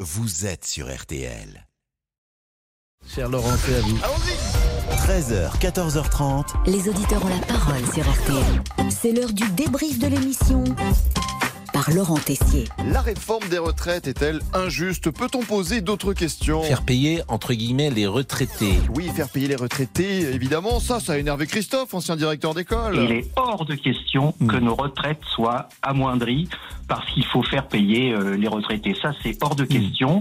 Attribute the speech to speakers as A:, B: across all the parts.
A: vous êtes sur RTL.
B: Cher Laurent, c'est à vous.
A: 13h, 14h30.
C: Les auditeurs ont la parole sur RTL. C'est l'heure du débrief de l'émission par Laurent Tessier.
D: La réforme des retraites est-elle injuste Peut-on poser d'autres questions
B: Faire payer, entre guillemets, les retraités.
D: Oui, faire payer les retraités, évidemment, ça, ça a énervé Christophe, ancien directeur
E: Il
D: d'école.
E: est hors de question que nos retraites soient amoindries parce qu'il faut faire payer euh, les retraités. Ça, c'est hors de question.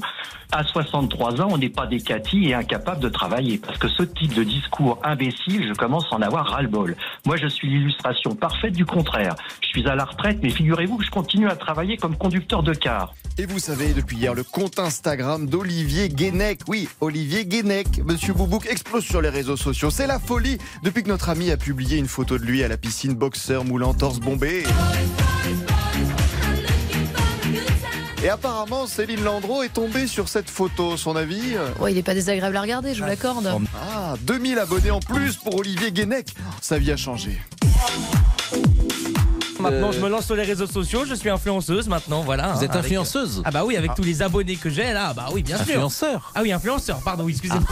E: À 63 ans, on n'est pas des catis et incapable de travailler parce que ce type de discours imbécile, je commence à en avoir ras-le-bol. Moi, je suis l'illustration parfaite du contraire. Je suis à la retraite, mais figurez-vous que je continue à travailler comme conducteur de car.
D: Et vous savez, depuis hier, le compte Instagram d'Olivier Guénec, oui, Olivier Guénec, Monsieur Boubouk, explose sur les réseaux sociaux. C'est la folie depuis que notre ami a publié une photo de lui à la piscine, boxeur, moulant, torse bombé. Et apparemment, Céline Landreau est tombée sur cette photo. Son avis euh,
F: Ouais, il n'est pas désagréable à regarder, je vous l'accorde.
D: Ah, 2000 abonnés en plus pour Olivier Guénec. Sa vie a changé.
G: Maintenant, je me lance sur les réseaux sociaux, je suis influenceuse maintenant, voilà.
B: Euh, Vous
G: hein,
B: êtes
G: avec-
B: influenceuse
G: Ah bah oui, avec tous les abonnés que j'ai là, bah oui, bien sûr.
B: Influenceur
G: Ah oui, influenceur, pardon, oui, excusez-moi.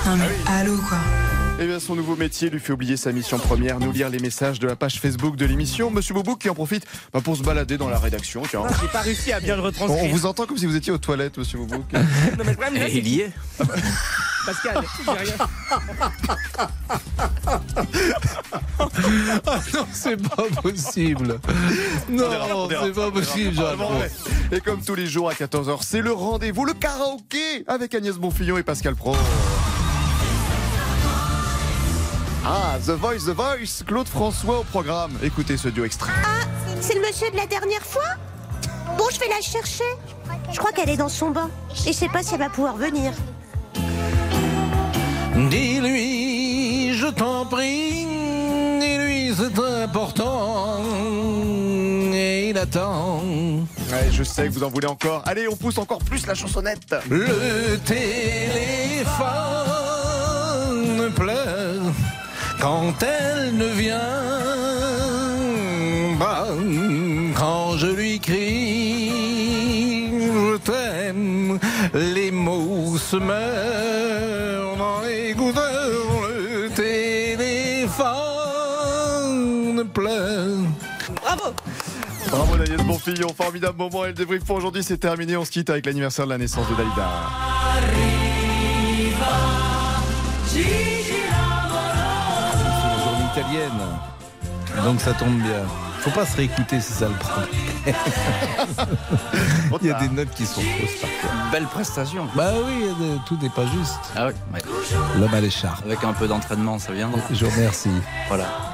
D: Eh bien, son nouveau métier lui fait oublier sa mission première, nous lire les messages de la page Facebook de l'émission. Monsieur Boubouk qui en profite bah, pour se balader dans la rédaction. tiens.
G: J'ai pas réussi à bien le
D: On on
B: Oh,
G: retranscrire.
D: vous entend comme si vous étiez aux toilettes, monsieur Boubouk.
G: Non, mais le problème, là, c'est
B: Il y est.
G: que Pascal, j'ai rien.
B: Non, c'est pas possible. Non, c'est pas possible, Jean.
D: Vraiment, ouais. Et comme tous les jours à 14h, c'est le rendez-vous, le karaoké avec Agnès Bonfillon et Pascal Pro. Ah, The Voice, The Voice, Claude François au programme. Écoutez ce duo extrait.
H: C'est le monsieur de la dernière fois Bon, je vais la chercher. Je crois qu'elle est dans son bain. Et je sais pas si elle va pouvoir venir.
B: Dis-lui, je t'en prie. Dis-lui, c'est important. Et il attend.
D: Ouais, je sais que vous en voulez encore. Allez, on pousse encore plus la chansonnette.
B: Le téléphone pleure quand elle ne vient pas. Quand je lui crie, je t'aime, les mots se meurent dans les goutteaux. Le téléphone pleure.
D: Bravo Daniel Bonfillon, formidable moment et le débrief pour aujourd'hui c'est terminé, on se quitte avec l'anniversaire de la naissance de Dalida.
B: Aujourd'hui italienne. Donc ça tombe bien. Faut pas se réécouter, c'est ça le problème. Il y a des notes qui sont fausses parfois.
I: Belle prestation.
B: Bah oui, il y a des- tout n'est pas juste.
I: Ah ouais, ouais.
B: L'homme à l'écharpe.
I: Avec un peu d'entraînement, ça viendra.
B: Je vous remercie.
I: Voilà.